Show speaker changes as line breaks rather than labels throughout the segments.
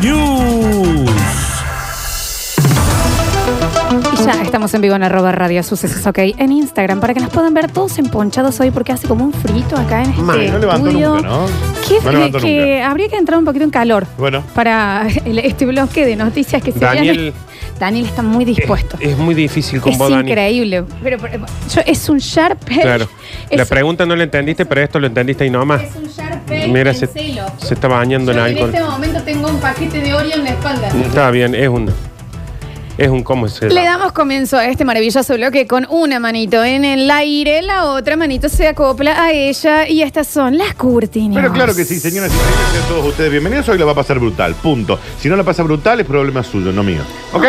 News.
Y ya estamos en vivo en arroba radio sucesos, ok, en Instagram, para que nos puedan ver todos emponchados hoy porque hace como un frito acá en este
Man, no levanto
estudio.
nunca, ¿no?
Que,
No levanto
que
nunca.
habría que entrar un poquito en calor
Bueno,
para el- este bloque de noticias que se viene.
Daniel
Daniel está muy dispuesto.
es muy difícil con
es
vos, Dani.
increíble. Pero, pero, yo- es un sharp edge.
Claro.
Es,
La pregunta no la entendiste, pero esto lo entendiste y nomás.
es un sharp edge
Mira,
en
se,
celo.
se está bañando en
Yo este
alcohol.
momento tengo un paquete de Oreo en la espalda.
Está bien, es un. Es un cómo se.
Le damos comienzo a este maravilloso bloque con una manito en el aire, la otra manito se acopla a ella y estas son las cortinas.
pero claro que sí, señoras y señores, sean todos ustedes bienvenidos. Hoy la va a pasar brutal, punto. Si no la pasa brutal es problema suyo, no mío.
¿Ok?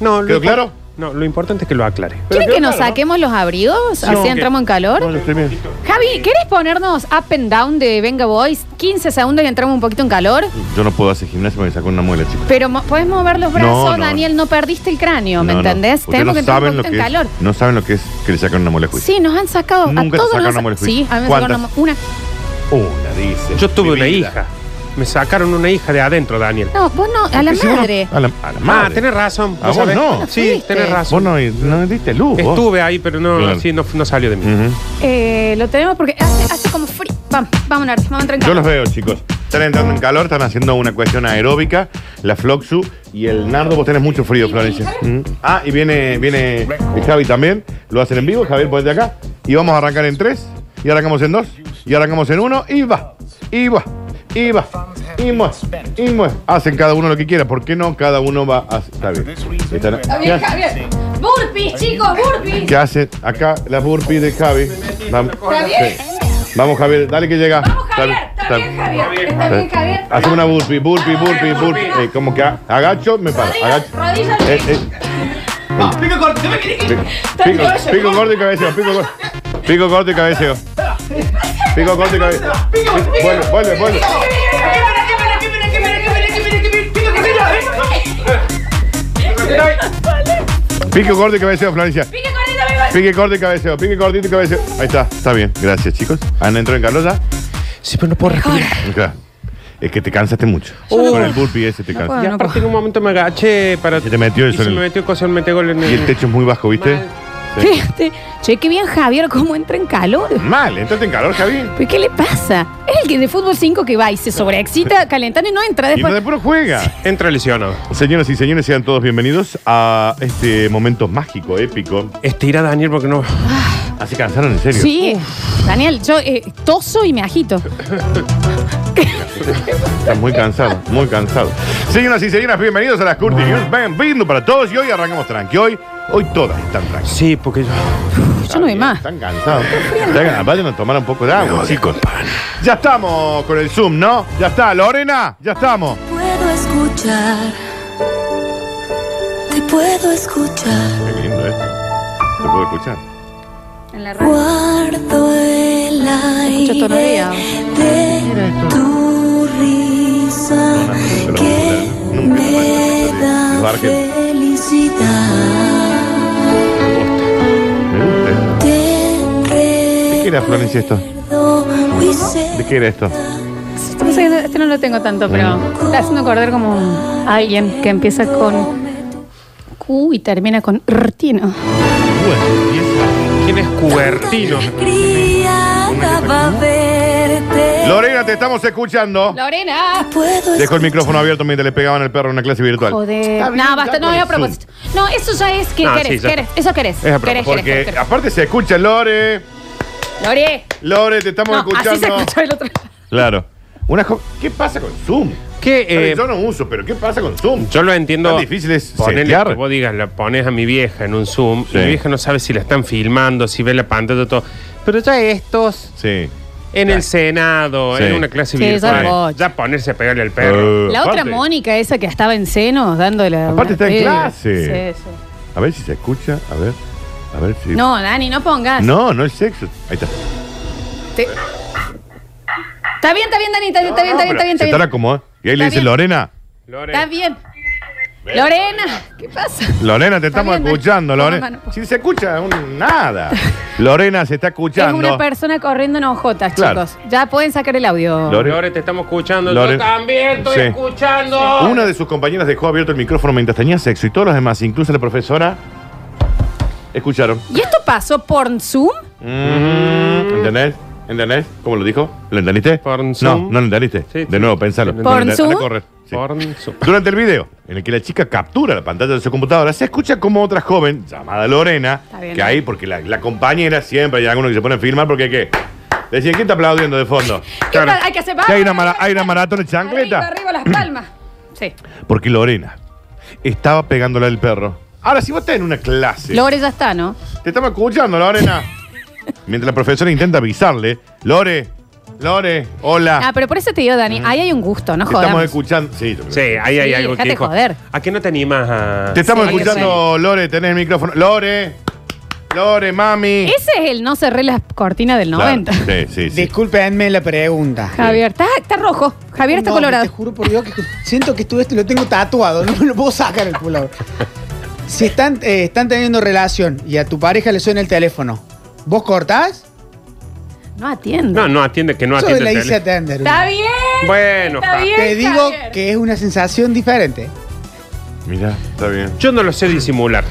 No, lo
¿Quedó
impor-
claro?
No, lo importante es que lo aclare.
¿Quieren
Pero
que nos
claro, ¿no?
saquemos los abrigos? Así
ok.
entramos en calor.
No, yo estoy bien.
Javi, ¿querés ponernos up and down de Venga Boys? 15 segundos y entramos un poquito en calor.
Yo no puedo hacer gimnasia porque me sacó una muela, chicos.
Pero mo- podés mover los brazos,
no.
Daniel, no perdiste el cráneo, ¿me
No, no.
entendés?
Ustedes
Tenemos que
no
entrar
saben
un
lo
poquito
que
en calor.
es. No saben lo que es que le sacaron una muela de juicio.
Sí, nos han sacado
Nunca te
a todos
sacaron
los...
una muela de juicio.
sí, a mí me sacaron una,
¿Cuántas?
una-
Una, Oh, dice.
Yo tuve
Mi
una
vida.
hija. Me sacaron una hija de adentro, Daniel.
No, vos no, a la
¿Qué hicieron?
madre.
A la, a la
Ah,
madre.
tenés razón.
¿A vos
sabés?
no?
Sí,
Fuiste.
tenés razón.
Vos no, no diste luz. vos.
Estuve ahí, pero no,
Claro. Mm.
sí, no, no salió de mí.
Ujú.
Eh, lo tenemos porque hace, hace como frío. Vamos, vamos, Narcis, vamos a entrar en
Yo
calor.
los veo, chicos. Están entrando en calor, están haciendo una cuestión aeróbica, la Floxu y el Nardo. Vos tenés mucho frío, Florencia. Mm. Ah, y viene, viene el Javi también. Lo hacen en vivo, Javier, ponete acá. Y vamos a arrancar en tres, y arrancamos en dos, y arrancamos en uno, y va, y va, y va, y mueve, y mueve. Hacen cada uno lo que quiera, ¿por qué no? Cada uno va a... Está bien. Están- ¿Qué hace-
Javier. Burpees, chicos, burpees.
¿Qué hace? Acá la burpee de Javi. Vamos,
Javier.
Sí. Vamos, Javier, dale que llega.
Vamos, Javier.
Está
Está bien, Javier. Está bien, Javier.
Hacemos Eh, una burpee, burpee, burpee, burpee. Eh, como que a- agacho, me paro.
Rodillas,
Agacho.
rodillas.
Eh, eh,
Pico corto, ¿qué me
pico,
querés?
pico, pico corto y cabeceo, pico corto. Pico corto y cabeceo. Pico corto y cabeceo.
Pico, pico.
Vuelve, vuelve, vuelve. Pico corto y cabeceo, Florencia. Pique corto y cabeceo, pique cortito y cabeceo. Ahí está, está bien. Gracias, chicos. ¿Han entrado en calor ya?
Sí, pero no puedo respirar.
Claro. Es que te cansaste mucho.
no
Con
puedo.
el burpee ese te
puedo.
cansas.
Y
no,
aparte en un momento me agaché para.
Se te metió
y
eso
se
en
me
el-
metió cosa, me gol en el.
Y el techo es muy bajo, ¿viste?
Mal.
Sí.
Fíjate, che, qué bien Javier, cómo entra en calor.
Mal, entraste en calor, Javi.
¿Pero qué le pasa? Es el que de fútbol 5 que va y se sobreexcita calentando y no entra
Y no de
después.
puro juega.
Entra lesionado.
Señoras y señores, sean todos bienvenidos a este momento mágico, épico.
Estira Daniel porque no.
Así cansaron, en serio.
Sí, Daniel, yo eh, toso y me agito.
Están muy cansados, muy cansados. Señoras y señores, bienvenidos a las Curti News. Bienvenido para todos y hoy arrancamos tranqui. Hoy, hoy todas están tranqui.
Sí, porque yo.
Yo no doy más.
Están cansados. Están- Vayan a tomar un poco de agua, chicos.
pan.
Ya estamos con el Zoom, ¿no? Ya está, Lorena, ya estamos.
puedo escuchar. Te puedo escuchar.
Qué lindo esto. ¿Te puedo escuchar?
Guardo el aire
todos los días.
de tu risa
Pero no,
que
no, nunca me
me
imagino que se
da
desbarque. Me gusta esto.
felicidad. Te ¿De
qué era, Florencia, esto? ¿De qué era esto?
No sé, este no lo tengo tanto, pero
Mm.
está haciendo acordar como un- alguien que empieza con Q y termina con Rtino.
Bueno, y esa-
¿Quién es Cubertino?
Criada va a verte.
Lorena, te estamos escuchando.
Lorena.
Puedo
Dejó el micrófono abierto mientras le pegaban al perro en una clase virtual. Está
Joder.
bien,
No, basta,
ya
no
con
es a
el Zoom.
propósito. No, eso ya es que
Ah,
querés,
sí, ya.
querés, eso querés.
Es a
Querés,
propósito,
querés,
Porque
querés, querés.
aparte se escucha, Lore.
Lore.
Lore, te estamos
No, así se
escuchando.
escuchó el otro.
Claro. Una jo- ¿Qué pasa con Zoom?
¿Qué? eh,
Yo no uso, pero ¿qué pasa con Zoom?
yo lo entiendo.
Tan difícil es
Ponele
setear.
que vos digas, la pones a mi vieja en un Zoom.
Sí.
Y mi vieja no sabe si la están filmando, si ve la pantalla, todo. Pero ya estos,
Sí.
en el Senado,
Sí.
en una clase
Sí, ya
virtual,
bocha.
ya ponerse a pegarle al perro.
Eh,
La otra
aparte-
Mónica, esa que estaba en senos dándole. una
Aparte está en
pega.
clase.
Sí, sí.
A ver si se escucha. A ver. A ver si.
No, Dani, no pongas.
No, no el sexo. Ahí está.
Te- Está bien, está bien, Dani, está bien, está bien, está bien, está bien. Está
Se está
bien.
la acomoda. Y ahí
Está
le dice
bien.
Lorena.
Está bien. Lorena, ¿qué pasa?
Lorena, te
Está
estamos
bien,
escuchando,
Dani.
Lorena.
Toma mano. pues.
Si se escucha un- nada. Lorena se está
Es
escuchando.
una persona corriendo en ojotas,
Claro.
chicos. Ya pueden sacar el audio.
Lore-
Lore, te estamos escuchando.
Lore.
Yo también estoy
Sí.
escuchando.
Una de sus compañeras dejó abierto el micrófono mientras tenía sexo y todos los demás, incluso la profesora, escucharon.
¿Y esto pasó por Zoom?
Mm, ¿Entendés? ¿Entendés? ¿Cómo lo dijo? ¿Lo entendiste?
Por
no,
Zoom.
no lo entendiste.
Sí,
de
sí.
nuevo, pensalo.
Por
No lo entendés.
Zoom.
Anda a correr. Sí.
Por su-
Durante el video, en el que la chica captura la pantalla de su computadora, se escucha como otra joven, llamada Lorena,
Está bien,
que
¿no?
ahí, porque la, la compañera siempre hay algunos que se ponen a filmar porque ¿qué? Decían, ¿quién está aplaudiendo de fondo?
¿Qué tal? Hay que hacer
Que hay una, mara- hay una maratón de chancleta.
Arriba, arriba las palmas. Sí.
Porque Lorena estaba pegándole al perro. Ahora, si vos estás en una clase,
Lore ya está, ¿no?
te estamos escuchando, Lorena. Mientras la profesora intenta avisarle, Lore, Lore, hola.
Ah, pero por eso te digo, Dani, ahí hay un gusto, no
Te estamos
jodas.
escuchando. Sí,
Sí, ahí hay
Sí,
algo que
dejate
dijo.
joder.
¿A qué no te animas a...?
te estamos
Sí,
escuchando, Lore, tenés el micrófono. Lore, Lore, mami.
Ese es el no cerré las cortinas del
Claro,
90.
Sí, sí, sí.
Disculpenme la pregunta.
Javier, está, está rojo. Javier está
No, Te
colorado.
juro por Dios que siento que estuve esto y lo tengo tatuado. No me lo puedo sacar el pullover. Si están, eh, están teniendo relación y a tu pareja le suena el teléfono, ¿vos cortás?
No atiende.
No, no atiende, que no
Yo
atiende.
le
el
hice
teléfono.
atender.
Está bien.
Bueno,
está
ja.
bien.
Te digo
Javier.
que es una sensación diferente.
Mira, está bien.
Yo no lo sé disimular.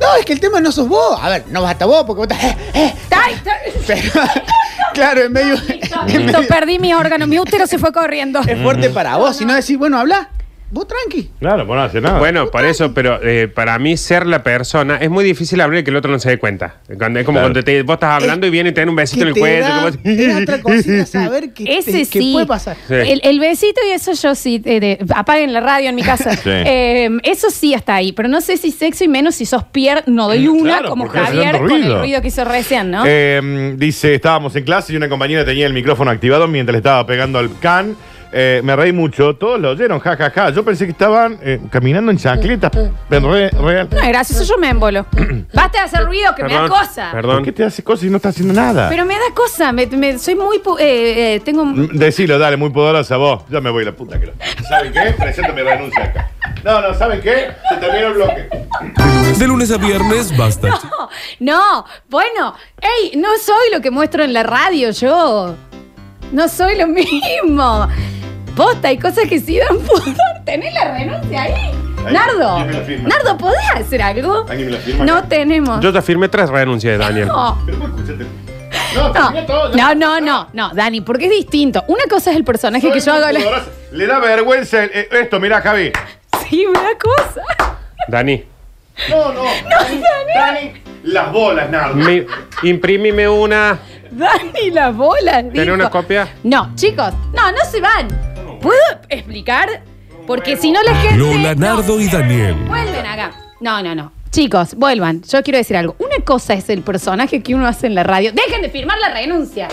No, es que el tema no sos vos. A ver, no basta vos porque vos estás. eh, eh.
Ay, está-
Pero, claro, en medio. en
Listo,
medio-
perdí mi órgano, mi útero se fue corriendo.
es fuerte para vos. Si no decís, bueno, habla. Vos tranqui.
Claro, pues no hace nada.
Bueno, por eso, pero eh, para mí ser la persona es muy difícil hablar y que el otro no se dé cuenta. Cuando- es como
Claro.
cuando te- vos estás hablando y viene y te da un besito en el
te
cuello.
da-
que vos-
te da otra cosita saber que, te-
Ese
que
sí.
puede pasar.
Sí.
El, el besito y eso yo sí. eh, de- apaguen la radio en mi casa.
Sí.
Eh, eso sí hasta ahí. Pero no sé si sexo y menos si sos Pierre, no doy una,
claro,
como
porque hace
Javier,
tanto
con el
ruido.
ruido que hizo recién, ¿no?
Eh, dice, estábamos en clase y una compañera tenía el micrófono activado mientras le estaba pegando al can. Eh, me reí mucho, todos lo oyeron, jajaja. Yo pensé que estaban eh, caminando en chancletas.
Mm,
Pero re- real.
No, gracioso, yo me embolo. Basta de hacer ruido, que me da cosa.
¿Por
Perdón.
qué te hace cosas y no está haciendo nada?
Pero me da cosa. me- me- soy muy. pu- eh, eh, tengo.
Ah. Mm, Decilo, dale, muy poderosa vos. Ya me voy la puta que lo. ¿Saben qué? Presento mi renuncia acá. No, no, ¿saben qué? Se terminó el bloque.
De lunes a viernes, basta. Chicos.
No, bueno, ey, no soy lo que muestro en la radio yo. No soy lo mismo. Posta, hay cosas que sí dan pudor. Tenés la renuncia ahí.
Ahí,
Nardo,
¿quién me la firma?
Nardo, ¿podés hacer algo?
¿Alguien me la firma
No
acá?
tenemos.
Yo te firmé tres renuncias, Daniel.
no.
Pero vos escuchate. No,
No.
terminó todo.
no,
ya.
no, no, no, Dani, porque es distinto. Una cosa es el personaje
Soy
que yo
muy
hago. la-
pudorosa. Le da vergüenza el- eh, esto, mirá, Javi.
Sí, me da cosa.
Dani,
No, no. Dani, Dani, las bolas, Nardo.
me, imprimime una.
Dani, las bolas.
¿Tenés
dijo.
una copia?
No, chicos, no, no se van. ¿Puedo explicar? Porque si no la gente.
Lola,
no.
Nardo y Daniel.
Vuelven acá. No, no, no. Chicos, vuelvan. Yo quiero decir algo. Una cosa es el personaje que uno hace en la radio. Dejen de firmar la renuncia.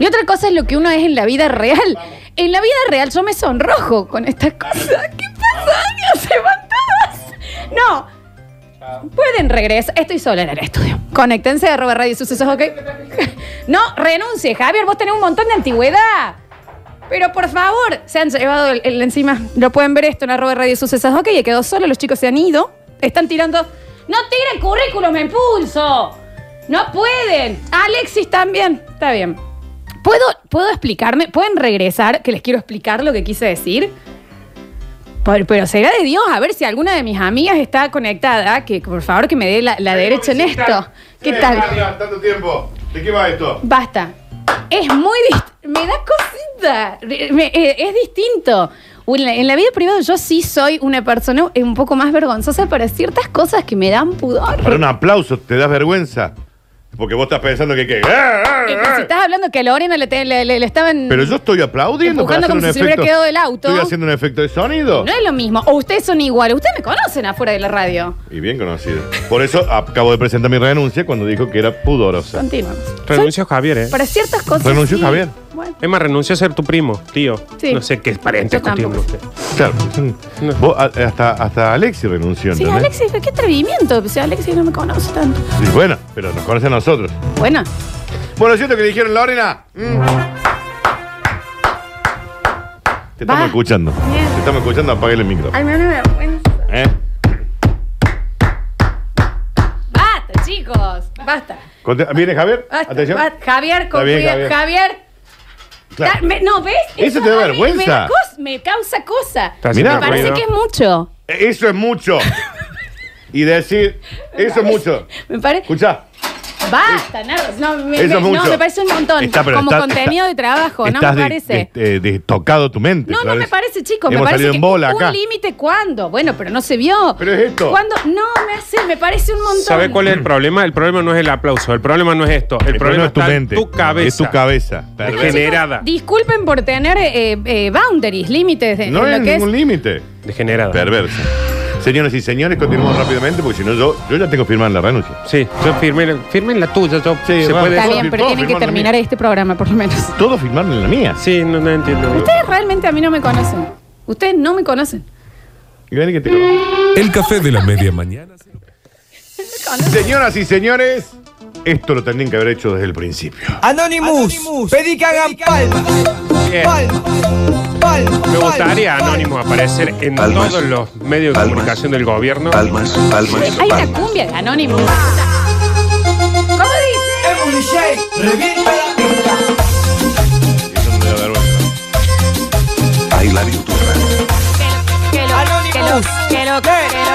Y otra cosa es lo que uno es en la vida real. En la vida real yo me sonrojo con estas cosas. ¿Qué pasa? Se van todas. No. Pueden regresar. Estoy sola en el estudio. Conéctense a arroba radio sucesos, ¿ok? No, renuncie, Javier. Vos tenés un montón de antigüedad. Pero por favor, se han llevado el, el encima. Lo pueden ver esto en arroba radio sucesos. Ok, ya quedó solo, los chicos se han ido. Están tirando. ¡No tiren currículum en pulso! ¡No pueden! Alexis también. Está bien. ¿Puedo, ¿Puedo explicarme? ¿Pueden regresar? Que les quiero explicar lo que quise decir. Por- pero será de Dios, a ver si alguna de mis amigas está conectada. Que por favor que me dé la, la derecha en esto. ¿Qué
Sí,
tal?
Mario, tanto tiempo. ¿De qué va esto?
Basta. Es muy dist- Me da cosita. Re- me- eh, es distinto. En la, en la vida privada yo sí soy una persona un poco más vergonzosa para ciertas cosas que me dan
Para
pudor.
un aplauso, ¿te das vergüenza? Porque vos estás pensando que qué.
Eh, pero si estás hablando que a Lorena le, te- le- le- le estaban...
eh. Pero yo estoy aplaudiendo. para
Empujando
hacer
como
un
si se hubiera
efecto-
quedado del auto.
Estoy haciendo un efecto de sonido.
No es lo mismo. O ustedes son iguales. Ustedes me conocen afuera de la radio.
Y bien conocido. Por eso acabo de presentar mi renuncia cuando dijo que era pudorosa.
Continuamos.
Renunció Javier, ¿eh?
Para ciertas cosas...
Renunció
sí.
Javier.
Bueno.
Emma renunció a ser tu primo, tío.
Sí.
No sé qué es
Yo
parentesco tiene
tampoco.
usted.
Claro. Vos, a- hasta, hasta Alexi renunció.
Sí,
¿entendés?
Alexis, qué atrevimiento. Si Alexis no me conoce tanto.
Sí, bueno, pero nos conoce a nosotros.
Bueno,
Bueno, siento que le dijeron Lorena. Mm. Te estamos
Va.
escuchando. Te estamos escuchando, apáguele el micrófono.
ay, me da una vergüenza.
¿eh?
Basta, chicos. Basta.
Conte- ¿Viene Javier?
Basta.
Atención.
basta. Javier,
Está bien,
confía.
Javier.
Javier.
Claro.
da- me- no, ¿ves?
Eso te da
a mí
vergüenza.
Me, da cos- me causa cosa.
Está
Mirá,
me
haciendo
parece
ruido.
que es mucho.
Eso es mucho. y decir, eso es mucho.
Me parece.
Escucha.
Basta, Nardo. No, me,
Eso es
me- no,
mucho.
me parece un montón. Como contenido de trabajo, no me parece.
tocado eh, tu mente.
No, no
Florencia.
me parece, chicos.
este, Hemos
me parece
salido
que
en bola
un
acá.
límite cuándo. Bueno, pero no se vio.
Pero es esto.
¿Cuándo? No, me hace, me parece un montón.
¿Sabe cuál es el problema? El problema no es el aplauso, el problema no es esto, el,
El problema es tu
está en
mente.
tu cabeza.
Es tu cabeza.
Degenerada.
Disculpen por tener eh, eh, boundaries, límites de
No
en
es
lo que es.
ningún límite.
Degenerada.
Perverso. Señoras y señores, continuamos rápidamente porque si no, yo, yo ya tengo firmada la renuncia.
Sí, yo firmé, firmé la tuya, yo.
Sí,
¿Se
vamos.
puede?
Está
Puedo
bien, pero
firmar,
tienen que
firmar
terminar
también.
este programa, por lo menos.
Todos firmaron en la mía.
Sí, no, no entiendo.
Ustedes realmente a mí no me conocen. Ustedes no me conocen.
Y ven que te-
El café de la media mañana.
Señoras y señores, esto lo tendrían que haber hecho desde el principio.
Anonymous, pedí que hagan palmas.
Bien.
Palmas. Palmas.
Me gustaría anónimo aparecer en
Palmas.
todos los medios de
Palmas.
comunicación del gobierno.
Palmas, palmas,
Hay una
palmas.
cumbia de Anonymous. ¿Cómo dice?
Every shake, revienta la pista.
Eso me da vergüenza.
I love you, tu hermano.
Que lo, que lo, que lo, que lo,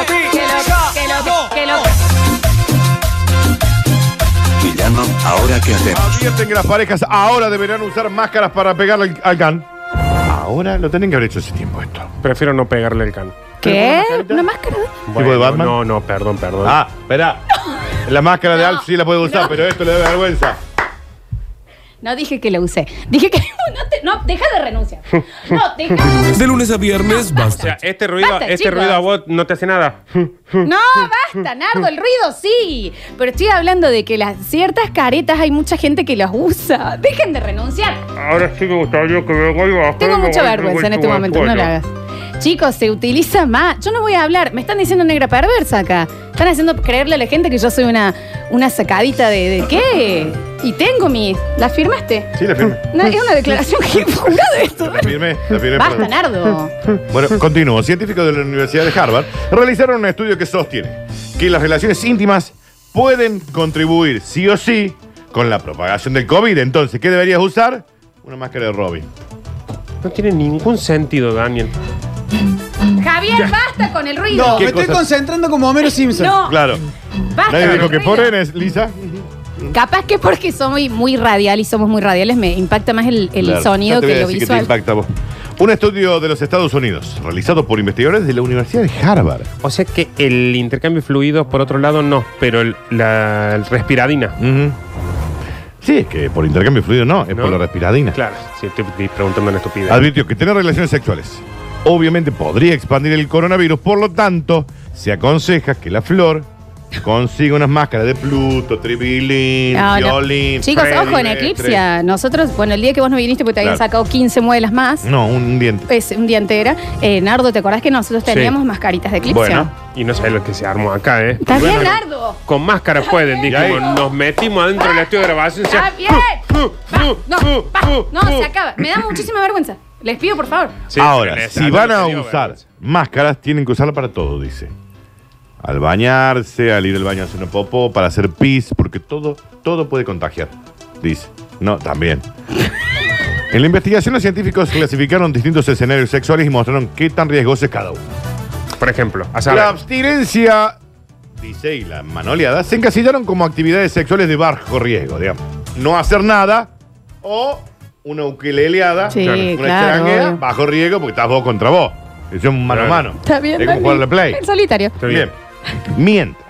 que lo, que lo.
Villano, ahora qué hacemos.
Advierten que las parejas ahora deberán usar máscaras para pegarle al, al can. Ahora lo tienen que haber hecho hace tiempo esto.
Prefiero no pegarle el can.
¿Qué? ¿Una máscara?
¿Tipo de Batman?
No, no, perdón, perdón.
Ah, espera. La máscara de Alf sí la puede usar, pero esto le da vergüenza.
No dije que lo usé. Dije que. No, te- no, deja de renunciar. No, deja.
De lunes a viernes,
O sea,
basta.
este ruido,
Basta,
este
chicos.
ruido a vos no te hace nada.
No, basta, Nardo, el ruido sí. Pero estoy hablando de que las ciertas caretas hay mucha gente que las usa. Dejen de renunciar.
Ahora sí me gustaría que me vuelva
Tengo mucha vergüenza en este momento, no la hagas. Chicos, se utiliza más. Yo no voy a hablar. Me están diciendo negra perversa acá. Están haciendo creerle a la gente que yo soy una, una sacadita de, de qué. Y tengo mi. ¿La firmaste?
Sí, la firmé.
No, es una declaración que jurado esto.
La firmé, la firmé.
Basta,
perdón.
Nardo.
Bueno, continúo. Científicos de la Universidad de Harvard realizaron un estudio que sostiene que las relaciones íntimas pueden contribuir sí o sí con la propagación del COVID. Entonces, ¿qué deberías usar? Una máscara de Robin.
No tiene ningún sentido, Daniel.
Javier, basta con el ruido.
No,
¿Qué
me estoy
cosa?
concentrando como Homero Simpson.
No,
Claro.
basta.
Nadie
con
dijo
el
que
ruido.
por eres, Lisa.
Capaz que porque somos muy radial y somos muy radiales, me impacta más el, el
Claro, ya
sonido
te voy
que
a
lo
decir
visual.
te impacta a vos. Un estudio de los Estados Unidos, realizado por investigadores de la Universidad de Harvard.
O sea que el intercambio de fluidos, por otro lado, no, pero el- la el respiradina.
Ujú. Sí, es que por intercambio de fluido no, es
¿No?
por la respiradina.
Claro, sí, estoy preguntando una estupidez.
Advirtió que tener relaciones sexuales obviamente podría expandir el coronavirus, por lo tanto, se aconseja que la flor consiga unas máscaras de Pluto, Tribilín,
No, no.
Violín.
Ah, Chicos,
Freddy
ojo, en
Mercury.
Eclipsia, nosotros, bueno, el día que vos no viniste porque te habían
Claro.
sacado 15 muelas más,
No, un diente.
es un día entera. Eh, Nardo, ¿te acordás que nosotros
Sí.
teníamos mascaritas de Eclipsia?
Bueno, y no sé lo que se armó acá, ¿eh?
Está bien,
Bueno,
Nardo.
Con máscara pueden, dijimos. Nos metimos adentro del estudio de grabación. o sea,
Está bien.
Uh,
Va, no, va, no, se acaba. Me da muchísima vergüenza. Les pido, por favor.
Sí,
Ahora,
les-
si van a
les dio
usar
vergüenza.
máscaras, tienen que usarla para todo, dice. Al bañarse, al ir al baño a hacer una popó, para hacer pis, porque todo, todo puede contagiar, dice. No, también. En la investigación, los científicos clasificaron distintos escenarios sexuales y mostraron qué tan riesgoso es cada uno.
Por ejemplo, a saber,
La abstinencia, dice, y la manoleada, se encasillaron como actividades sexuales de bajo riesgo, digamos. No hacer nada o una ukeleleada,
Sí,
una
claro,
charanguea,
obvio.
bajo riesgo porque estás vos contra vos. Eso es un mano
Claro.
a mano.
Está bien,
Es como
Dani.
jugar a la play.
El solitario.
está
Bien.
bien.
Mientras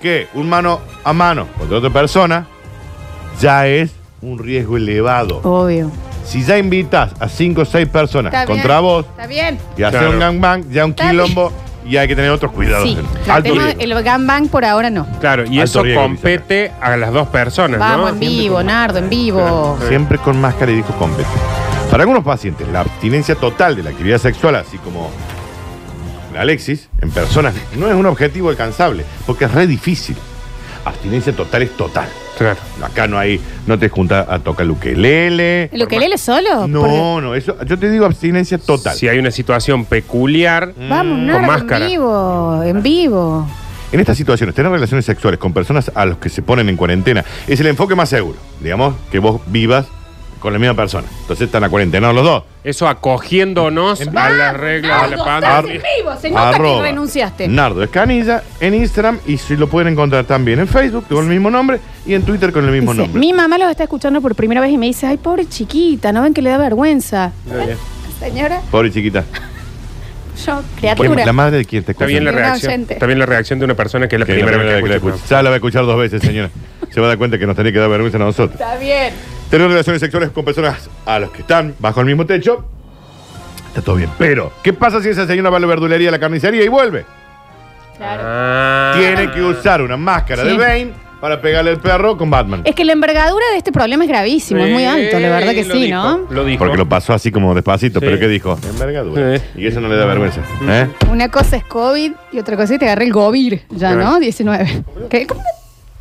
que un mano a mano contra otra persona ya es un riesgo elevado.
Obvio.
Si ya invitas a cinco o seis personas
Oh. Está
contra
bien,
vos
Está bien.
y hacer
Claro.
un gangbang, ya un
Está
quilombo y hay que tener otros cuidados.
Sí,
Alto
tratemos
riesgo.
el gangbang por ahora no.
Claro, y
Alto
eso
riesgo,
compete a las dos personas,
Vamos
¿no?
en vivo, Nardo, en vivo.
Siempre con máscara y disco completo. Para algunos pacientes, la abstinencia total de la actividad sexual, así como la Alexis, en personas, no es un objetivo alcanzable, porque es re difícil. Abstinencia total es total.
Claro.
Acá no hay, no te junta a tocar el ukelele.
¿Lo que lele solo? Porque-
No, no, eso, yo te digo abstinencia total. Mm.
Si hay una situación peculiar,
Vamos, Nardo, en
máscara.
vivo, en vivo.
En estas situaciones, tener relaciones sexuales con personas a los que se ponen en cuarentena es el enfoque más seguro. Digamos que vos vivas con la misma persona. Entonces están a cuarentena los dos.
eso acogiéndonos
En
a las
Vamos,
reglas de la Ah,
Nardo,
pandemia.
estás en vivo, se nota que
Arroba
renunciaste.
Nardo Escanilla en Instagram y si lo pueden encontrar también en Facebook con el mismo nombre y en Twitter con el mismo
Dice,
nombre.
mi mamá los está escuchando por primera vez y me dice, ay, pobre chiquita, ¿no ven que le da vergüenza? Señora,
Pobre chiquita.
yo,
¿Quién-
criatura.
¿La madre de quién te
Está
escucha?
bien la
Una
reacción.
oyente.
Está bien la reacción de una persona que es la
Que
primera
la
vez que escucha.
escucha. Ya la va a escuchar dos veces, señora. Se va a dar cuenta que nos tenía que dar vergüenza a nosotros.
Está bien.
Tener relaciones sexuales con personas a los que están bajo el mismo techo, está todo bien. Pero, ¿qué pasa si esa señora va a la verdulería, a la carnicería y vuelve?
Claro.
Ah.
Tiene que usar una máscara
Sí.
de Bane para pegarle al perro con Batman.
Es que la envergadura de este problema es gravísimo, es muy alto, la verdad que
lo
sí,
dijo,
¿no?
Lo dijo.
Porque lo pasó así como despacito,
Sí. Mm.
pero ¿qué dijo? Envergadura.
Sí.
Y eso no le da vergüenza. ¿eh?
Una cosa es COVID y otra cosa es te agarra el Govir, ya,
Claro.
¿no? 19. ¿Qué? ¿Cómo?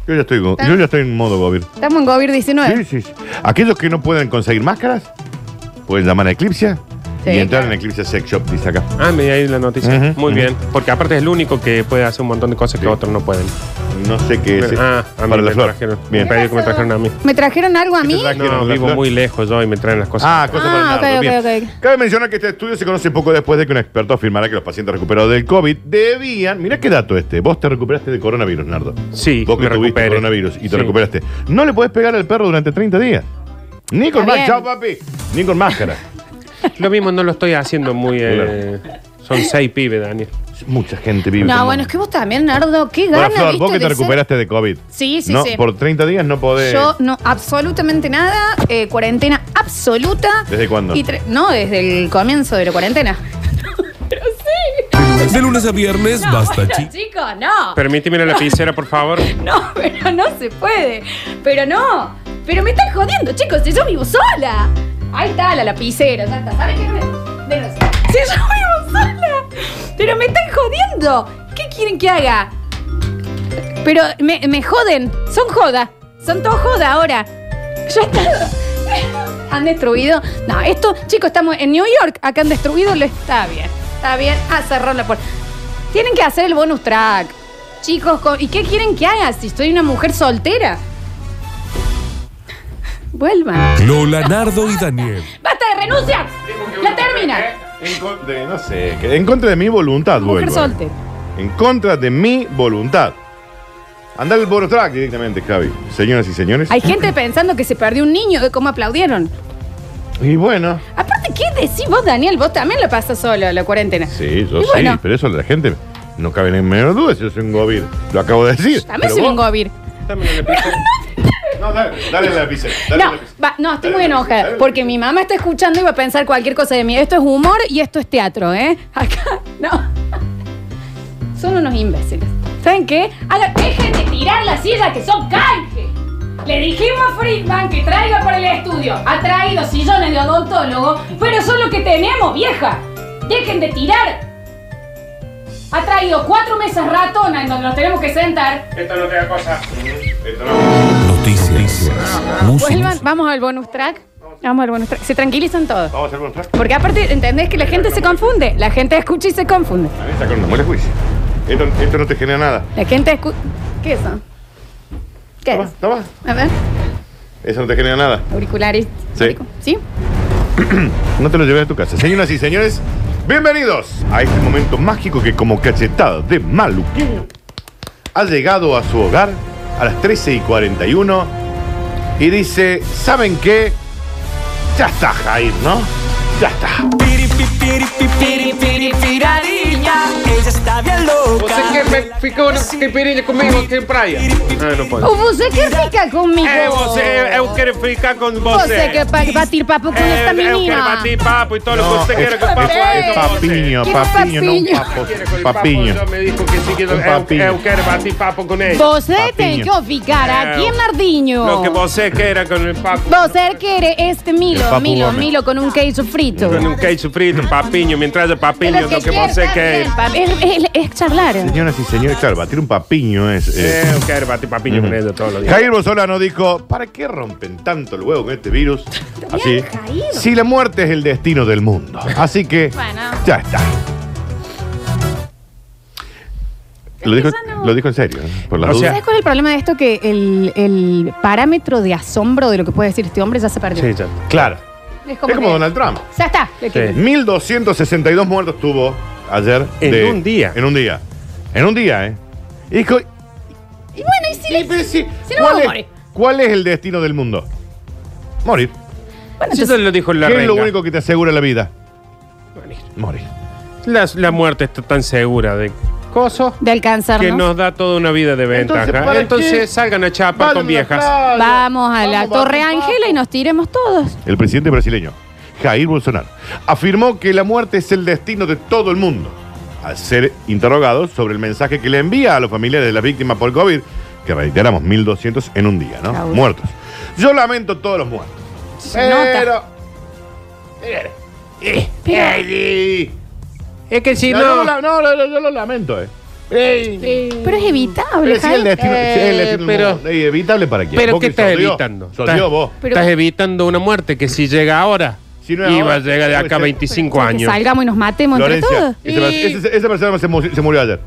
Yo ya estoy, go- yo ya estoy en modo gobierno.
Estamos en Govir 19.
Sí, sí, sí. Aquellos que no pueden conseguir máscaras, pueden llamar a Eclipse
Sí,
y entrar
claro.
en Eclipse Sex Shop, dice acá.
Ah, me di ahí la noticia.
Ujú,
Muy
ujú.
bien. Porque aparte es el único que puede hacer un montón de cosas que otros no pueden.
No sé qué es.
ah, a mí
para la
me
flor.
trajeron.
Bien.
Me pedí que me trajeron a mí.
¿Me trajeron algo a
¿Qué te
mí?
trajeron?
No,
la
vivo
flor.
muy lejos yo y me traen las cosas.
Ah, cosa
Ah,
para
ok,
Nardo,
ok,
bien.
ok.
Cabe mencionar que este estudio se conoce poco después de que un experto afirmara que los pacientes recuperados del COVID debían. Mirá qué dato este. Vos te recuperaste de coronavirus, Nardo.
Sí,
Vos que
me
tuviste
recuperé.
coronavirus y te
Sí.
recuperaste. No le podés pegar al perro durante 30 días. Ni con
Está
máscara.
bien.
Chao, papi. Ni con máscara.
Lo mismo no lo estoy haciendo muy. eh, Son seis pibes, Daniel.
Mucha gente vive.
No,
con
bueno, es que vos también, Nardo, qué
Bueno,
ganas,
Flor, vos
¿viste,
que te
de ser-
recuperaste de COVID.
Sí, sí,
no,
sí.
Por 30 días no podés.
Yo no, absolutamente nada, eh, cuarentena absoluta.
¿Desde cuándo?
Y tre- no, desde el comienzo de la cuarentena.
De lunes a viernes, basta,
bueno,
chicos.
chicos, no.
Permíteme la lapicera, por favor.
No, pero no se puede. Pero no. Pero me están jodiendo, chicos, si yo vivo sola. Ahí está la lapicera, ya está. ¿Sabes qué? Denos. Si yo vivo sola. Pero me están jodiendo. ¿Qué quieren que haga? Pero me, me joden. Son joda. Son todo joda ahora. Ya está. Han destruido. No, esto, chicos, estamos en New York. Acá han destruido. Lo está bien. Está bien. Ah, cerrar la puerta. Tienen que hacer el bonus track. Chicos, co- ¿y qué quieren que haga si soy una mujer soltera? Vuelvan.
Lola, Nardo y Daniel.
¡Basta de renunciar! ¡La termina!
En contra de, no sé, que- en contra de mi voluntad,
Mujer
vuelvo.
soltera.
En contra de mi voluntad. Andá al bonus track directamente, Javi. Señoras y señores.
Hay gente pensando que se perdió un niño de cómo aplaudieron.
Y bueno.
Aparte, ¿qué decís vos, Daniel? Vos también lo pasas solo la cuarentena.
Sí, yo
Y
sí,
bueno.
pero eso la gente no cabe ni menor duda si yo soy un gobir. Lo acabo de decir.
También
Pero
soy
vos-
un gobir.
Dame la lapicera.
No, dale, dale la lapicera, dale
No,
la lapicera.
va- no, estoy
Dale
muy
la lapicera,
enojada
dale la
porque
lapicera.
mi mamá está escuchando y va a pensar cualquier cosa de mí. Esto es humor y esto es teatro, ¿eh? Acá, no. Son unos imbéciles. ¿Saben qué? Hagan- dejen de tirar las sillas que son canje. Le dijimos a Friedman que traiga para el estudio. Ha traído sillones de odontólogo, pero son los que tenemos, vieja. Dejen de tirar. Ha traído cuatro mesas ratonas en donde nos tenemos que sentar.
Esto no te da cosa.
Esto no.
Noticias. Música.
Vuelvan, vamos al bonus track. Vamos al bonus track. Se tranquilizan todos.
Vamos a hacer bonus track.
Porque aparte, ¿entendés que la gente se confunde? La gente escucha y se confunde.
A mí está con una muela juicio. Esto, esto no te genera nada.
La gente escucha... ¿Qué es eso? ¿Qué
Toma,
es?
toma.
A ver,
Eso no te genera nada.
auriculares.
Sí.
auricu- ¿Sí?
No te lo llevé a tu casa. Señoras y señores, bienvenidos a este momento mágico que como cachetada de maluquín ha llegado a su hogar a las 13 y 41 y dice, ¿saben qué? Ya está, Jair, ¿no? Ya está.
Piripiripiripiripiripirariña. Ella está bien loca.
Você quer me- ficar uma caipirinha comigo aqui em praia? Ah, não pode.
O você Oh, que fica conmigo.
É, você, eh, eu quero ficar eh. com você.
Você que vai batir papo com esta
eu, eu quero
menina.
bater papo e todo lo que
No,
você
es,
quer com papo.
es- es
eu com você.
papiño,
Quiero
papiño, no un
papiño.
papo.
Quiero con
Papiño.
papo, yo me dijo que sí, que
Un
eu,
papiño.
eu quero bater papo com ele.
Você
Papiño.
tem que obrigar aqui em
Eh, Lo que
Nardinho.
você queira com o papo.
Você quer este
El
Milo,
Papu
Milo,
Gómez.
Milo con un queso frito.
Con un queijo frito, un papiño, mientras haya papiño,
Pero
lo que
quiere
vos
está
querer.
bien, papi. Es, es- es charlar.
Señoras y señores, claro, batir un papiño es. eh,
Eh, Eu quero bater papinho
Mm.
con ella todos los días.
Jair Bolsonaro dijo, ¿para qué rompen tanto el huevo con este virus? Así,
Jair.
si la muerte es el destino del mundo. Así que,
Bueno.
ya está. Lo dijo, lo dijo en serio, ¿eh? por las
O sea-
dudas.
¿Sabes cuál es el problema de esto? Que el, el parámetro de asombro de lo que puede decir este hombre ya se perdió.
Sí, ya.
claro.
Es
Es como
que-
Donald Trump.
Ya está. le
Sí.
quedó.
1.262 muertos tuvo ayer.
En un día.
En un día. En un día, ¿eh? Y dijo,
Y bueno, y si, le-
y, pero sí,
si no
¿cuál,
vamos a
es,
morir.
cuál es el destino del mundo? Morir.
Bueno,
Sí,
entonces-
Eso lo dijo la
¿Qué es lo
renga.
único que te asegura la vida? Morir.
La, la muerte está tan segura de coso
de alcanzarnos.
que nos da toda una vida de
Entonces,
ventaja.
¿para
Entonces,
qué?
salgan a chapar
Vayan a
con
la
viejas.
playa.
Vamos a la
Vamos,
Torre
vamos,
Ángela y nos tiremos todos.
El presidente brasileño, Jair Bolsonaro, afirmó que la muerte es el destino de todo el mundo. Al ser interrogado sobre el mensaje que le envía a los familiares de las víctimas por COVID, que reiteramos 1.200 en un día, ¿no?
Claro.
Muertos. Yo lamento todos los muertos.
Se
Pero... Eh, eh, eh,
Es que si
No,
no.
no, la- no, lo- lo- yo lo lamento, eh. Ey.
Pero es evitable,
Pero sí, el
Jaime.
destino, sí, el destino
Eh,
del
pero-
mundo. Ey, evitable para quién.
¿Pero
Vos
qué
que
estás
sos Dios.
evitando?
Sos
Estás-
Dios vos.
Pero-
Estás evitando una muerte que si llega ahora,
Si no es
iba
ahora,
a llegar de
puede
acá
ser.
25
Que
años.
salgamos y nos matemos entre
Florencia,
todos.
esa,
Y-
ese- esa persona se, mu- se murió ayer.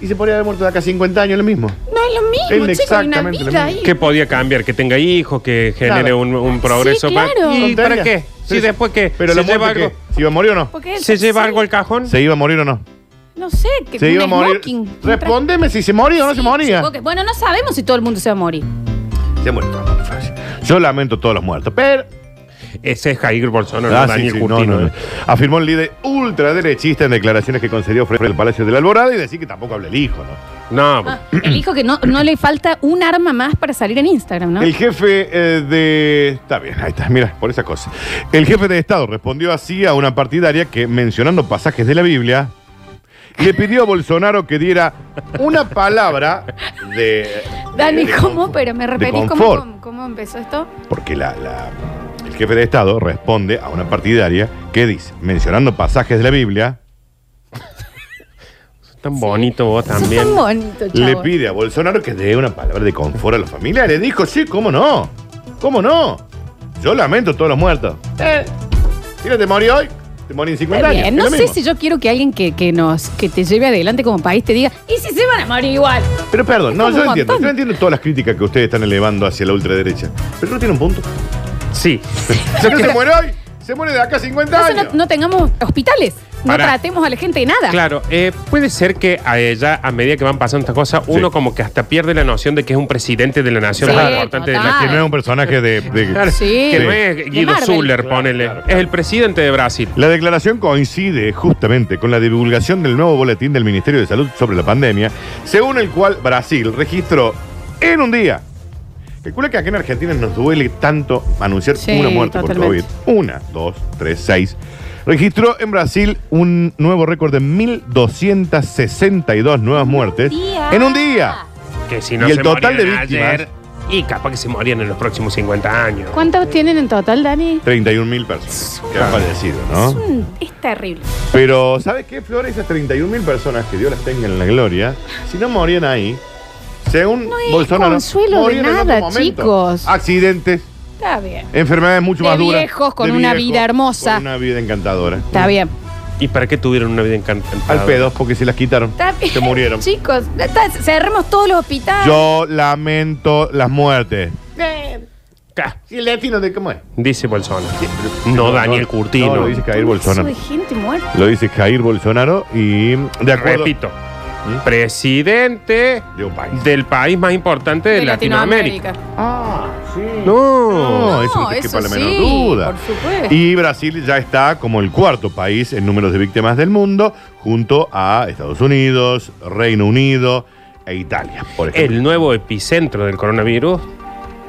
Y se podría haber muerto de acá 50 años, lo mismo.
No es lo mismo,
Es
chicos. Hay una
exactamente lo
vida
mismo.
ahí.
¿Qué podía cambiar? Que tenga hijos, que genere
Nada.
un, un progreso.
Sí,
más.
claro.
¿Y para
Tontería.
qué? Si
Pero-
después que
Pero
se
la
lleva
muerte
algo.
que- ¿Se iba a morir o no?
Porque él
¿Se lleva
sí,
algo al cajón?
¿Se iba a morir o no?
No sé. Que
¿Se
un
iba a morir?
smoking, un traje.
Respóndeme si se moría o no
Sí,
se moría.
supongo que- Bueno, no sabemos si todo el mundo se va a morir.
Se murió todo el mundo, Florencia. Yo lamento todos los muertos, pero...
Ese es Jair Bolsonaro,
Ah,
no
sí,
Daniel
sí, no,
Curtino.
no, no.
¿eh?
Afirmó el líder ultraderechista en declaraciones que concedió frente al Palacio de la Alborada y decir que tampoco habla el hijo, ¿no?
No,
Él dijo Ah, que no, no le falta un arma más para salir en Instagram, ¿no?
El jefe eh, de. Está bien, ahí está, mira, por esa cosa. El jefe de Estado respondió así a una partidaria que, mencionando pasajes de la Biblia, le pidió a Bolsonaro que diera una palabra de.
Dani,
de- de
¿cómo?
confort,
Pero me
de
repetís
confort,
cómo, cómo empezó esto.
Porque la, la- el jefe de Estado responde a una partidaria que dice, mencionando pasajes de la Biblia,
tan bonito vos
Sos
también.
tan bonito,
le
chavo.
pide a Bolsonaro que dé una palabra de confort a los familiares. Dijo, sí, ¿cómo no? ¿Cómo no? Yo lamento todos los muertos. Eh, si no te morí hoy, te morí en 50
Está
años.
bien,
es
no
lo
sé
mismo.
si yo quiero que alguien que, que nos que te lleve adelante como país te diga, y si se van a morir igual.
Pero perdón, no,
como
yo
un
entiendo.
montón.
Yo entiendo todas las críticas que ustedes están elevando hacia la ultraderecha. Pero no tiene un punto.
Sí.
Si no se muere hoy, se muere de acá a 50
Entonces
años.
no, no tengamos hospitales, no
Pará.
tratemos a la gente de nada.
Claro, eh, puede ser que a ella, a medida que van pasando estas cosas, uno como que hasta pierde la noción de que es un presidente de la nación
Sí,
más importante de la
total.
Que no es un personaje de. de-
Claro,
Sí.
Que
Sí.
no es
De
Guido
Marvel.
Zuller,
Claro,
ponele.
claro, claro.
Es el presidente de Brasil.
La declaración coincide justamente con la divulgación del nuevo boletín del Ministerio de Salud sobre la pandemia, según el cual Brasil registró en un día. Calcula que acá en Argentina nos duele tanto anunciar
Sí,
una muerte
totalmente.
por COVID. Una, dos, tres, seis. Registró en Brasil un nuevo récord de 1.262 nuevas muertes
día.
en un día.
Que si no
Y el
se
total de
morían
víctimas.
ayer, y capaz que se morían en los próximos 50 años.
¿Cuántos tienen en total, Dani?
31.000 personas que han
Claro.
fallecido, ¿no?
Es, un- es terrible.
Pero, ¿sabes qué, Flor? Esas 31.000 personas que Dios las tenga en la gloria, si no morían ahí, según
No es
Bolsonaro,
consuelo de
morían en otro
nada,
momento.
chicos.
Accidentes,
Está bien.
enfermedades mucho
De
más duras.
viejos, con una vida hermosa.
Con una vida encantadora.
Está bien.
¿Y para qué tuvieron una vida encantada?
Al pedo, porque se las quitaron.
Está bien.
Se murieron.
Chicos, ya está, cerremos todos los hospitales.
Yo lamento las muertes.
Eh,
Ca,
¿Y el destino de cómo es?
Dice Bolsonaro. No Daniel Curtino.
No, lo dice Jair
Eso
Bolsonaro.
de gente muerta.
Lo dice Jair Bolsonaro y de acuerdo,
Repito,
¿Mm?
presidente
De un país.
del país más importante de,
de
Latinoamérica.
Latinoamérica.
Ah, sí.
No.
No, eso no
No,
te quepa
eso
la menor
sí,
duda.
por supuesto.
Y Brasil ya está como el cuarto país en números de víctimas del mundo, junto a Estados Unidos, Reino Unido e Italia, por ejemplo.
El nuevo epicentro del coronavirus,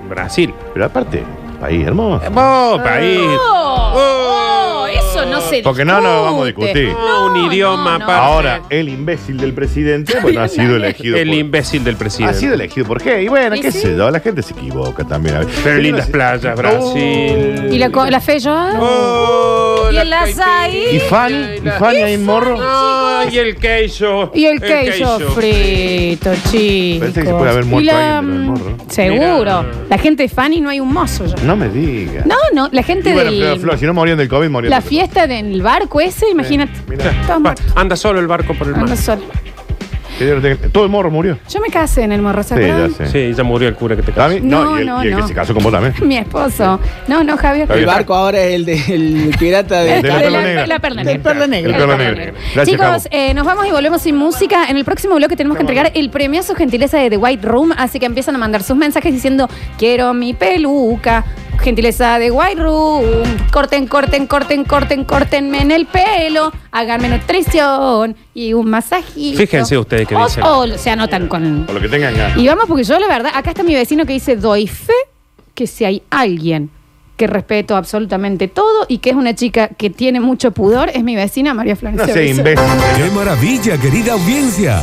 Brasil.
Pero aparte, país hermoso.
¡Oh, país!
Oh, oh, eso no se
Porque no, no lo vamos a discutir.
No, un idioma, pa-
Ahora, el imbécil del presidente, bueno, ha sido elegido
El
por-
imbécil del
Ha
presidente.
sido elegido por qué. Y bueno,
Y
qué
sí.
sé yo, la gente se equivoca también. a veces.
Pero
Sí,
lindas
no sé.
playas,
No.
Brasil.
¿Y la, co- la ah, feijoada?
Oh,
¿Y
la
el azaí?
¿Y Fanny? ¿Y Fanny ahí en morro?
No, y el queso.
Y el queso frito, chicos.
Parece que se puede haber muerto
Y la, mm,
alguien de los morros, ¿no?
Seguro.
Mira.
La gente de Fanny no hay un mozo ya.
No me digas.
No, no, la gente
Y bueno,
del...
Flor, Flor, si no morían del COVID, morían
La
del-
fiesta del barco ese, imagínate.
Mira.
Todos
Va,
muertos.
Anda solo el barco por el mar.
Ando sola.
Que Dios lo tenga- Todo el morro murió.
Yo me casé en el morro, ¿se
Sí, ya
acuerdan?
sé.
Sí, ya murió el cura que te casó.
¿Tami? No,
No,
y el,
no,
y el que
no.
se casó con vos también.
Mi esposo. No, no, Javier.
El barco ahora es el de el pirata de.
El-
Este De la
el-
perla
el-
negra.
la perla
Del
negra.
Perla
El
Negra.
perro
Perla
negro.
Negra.
Gracias,
Chicos,
Cabo.
eh, nos vamos y volvemos sin música. En el próximo bloque tenemos que entregar el premiazo gentileza de The White Room, así que empiezan a mandar sus mensajes diciendo quiero mi peluca. Gentileza de White Room. Corten, corten, corten, corten, cortenme en el pelo. Háganme nutrición y un masajito.
Fíjense ustedes qué
O-
dicen.
O se anotan con.
Por lo que tengan ganas.
Y vamos, porque yo la verdad, acá está mi vecino que dice, doy fe que si hay alguien que respeto absolutamente todo y que es una chica que tiene mucho pudor, es mi vecina María
No
Florencia.
sea
Brizuela.
imbécil.
¡Qué maravilla, querida audiencia!